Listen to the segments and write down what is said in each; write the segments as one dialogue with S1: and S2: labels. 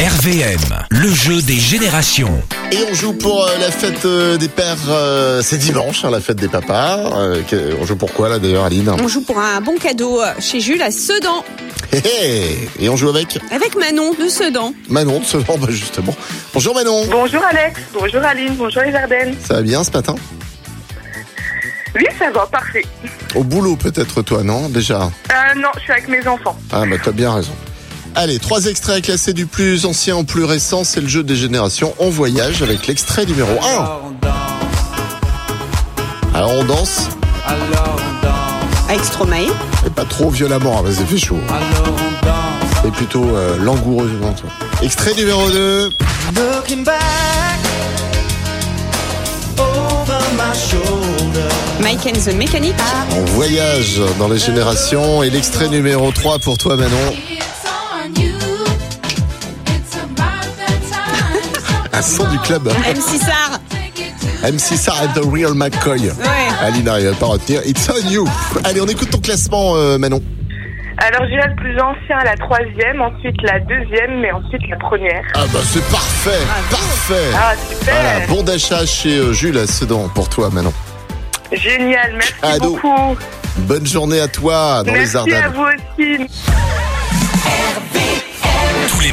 S1: RVM, le jeu des générations.
S2: Et on joue pour euh, la fête euh, des pères, euh, c'est dimanche, hein, la fête des papas. Euh, que- on joue pour quoi là d'ailleurs Aline
S3: On joue pour un bon cadeau euh, chez Jules à Sedan,
S2: Hé, hé Eh, Et on joue avec
S3: avec Manon de Sedan.
S2: Manon de ce genre, bah, justement. Bonjour Manon,
S4: Bonjour Alex, bonjour Aline, bonjour les Ardennes.
S2: ça va bien ce matin
S4: Oui, ça va, parfait.
S2: Au boulot peut-être toi, non Déjà
S4: Euh, non, je suis avec mes enfants.
S2: Ah bah t'as bien raison. Allez, trois extraits classés du plus ancien au plus récent, c'est le jeu des générations. On voyage avec l'extrait numéro 1.
S5: Alors on danse,
S2: Alors on danse,
S5: alors on danse,
S3: Avec Stromae,
S2: mais pas trop violemment, hein, vas-y fait chaud.
S5: alors on danse.
S2: C'est plutôt euh, langoureusement toi. Extrait numéro 2.
S5: Looking back over my shoulder.
S3: Mike and the Mechanic,
S2: On voyage dans les générations et l'extrait numéro 3 pour toi Manon.
S6: It's on you. It's about that time.
S2: Un son du club. hein.
S3: MC Sar.
S6: Take it to
S2: MC Sarr and the Real McCoy.
S3: Ouais.
S2: Ali n'arrive pas à retenir. It's on you. Allez, on écoute ton classement euh, Manon.
S4: Alors j'irai le plus ancien à la troisième, ensuite la deuxième, mais ensuite la première.
S2: Ah bah c'est parfait, parfait.
S4: Ah super
S2: Voilà, bon d'achat chez euh, Jules à Sedan pour toi Manon.
S4: Génial, merci
S2: Ado.
S4: beaucoup.
S2: Bonne journée à toi dans les
S4: Merci à
S2: Ardennes.
S4: vous aussi.
S1: Tous les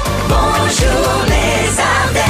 S7: bonjour les Ardennes.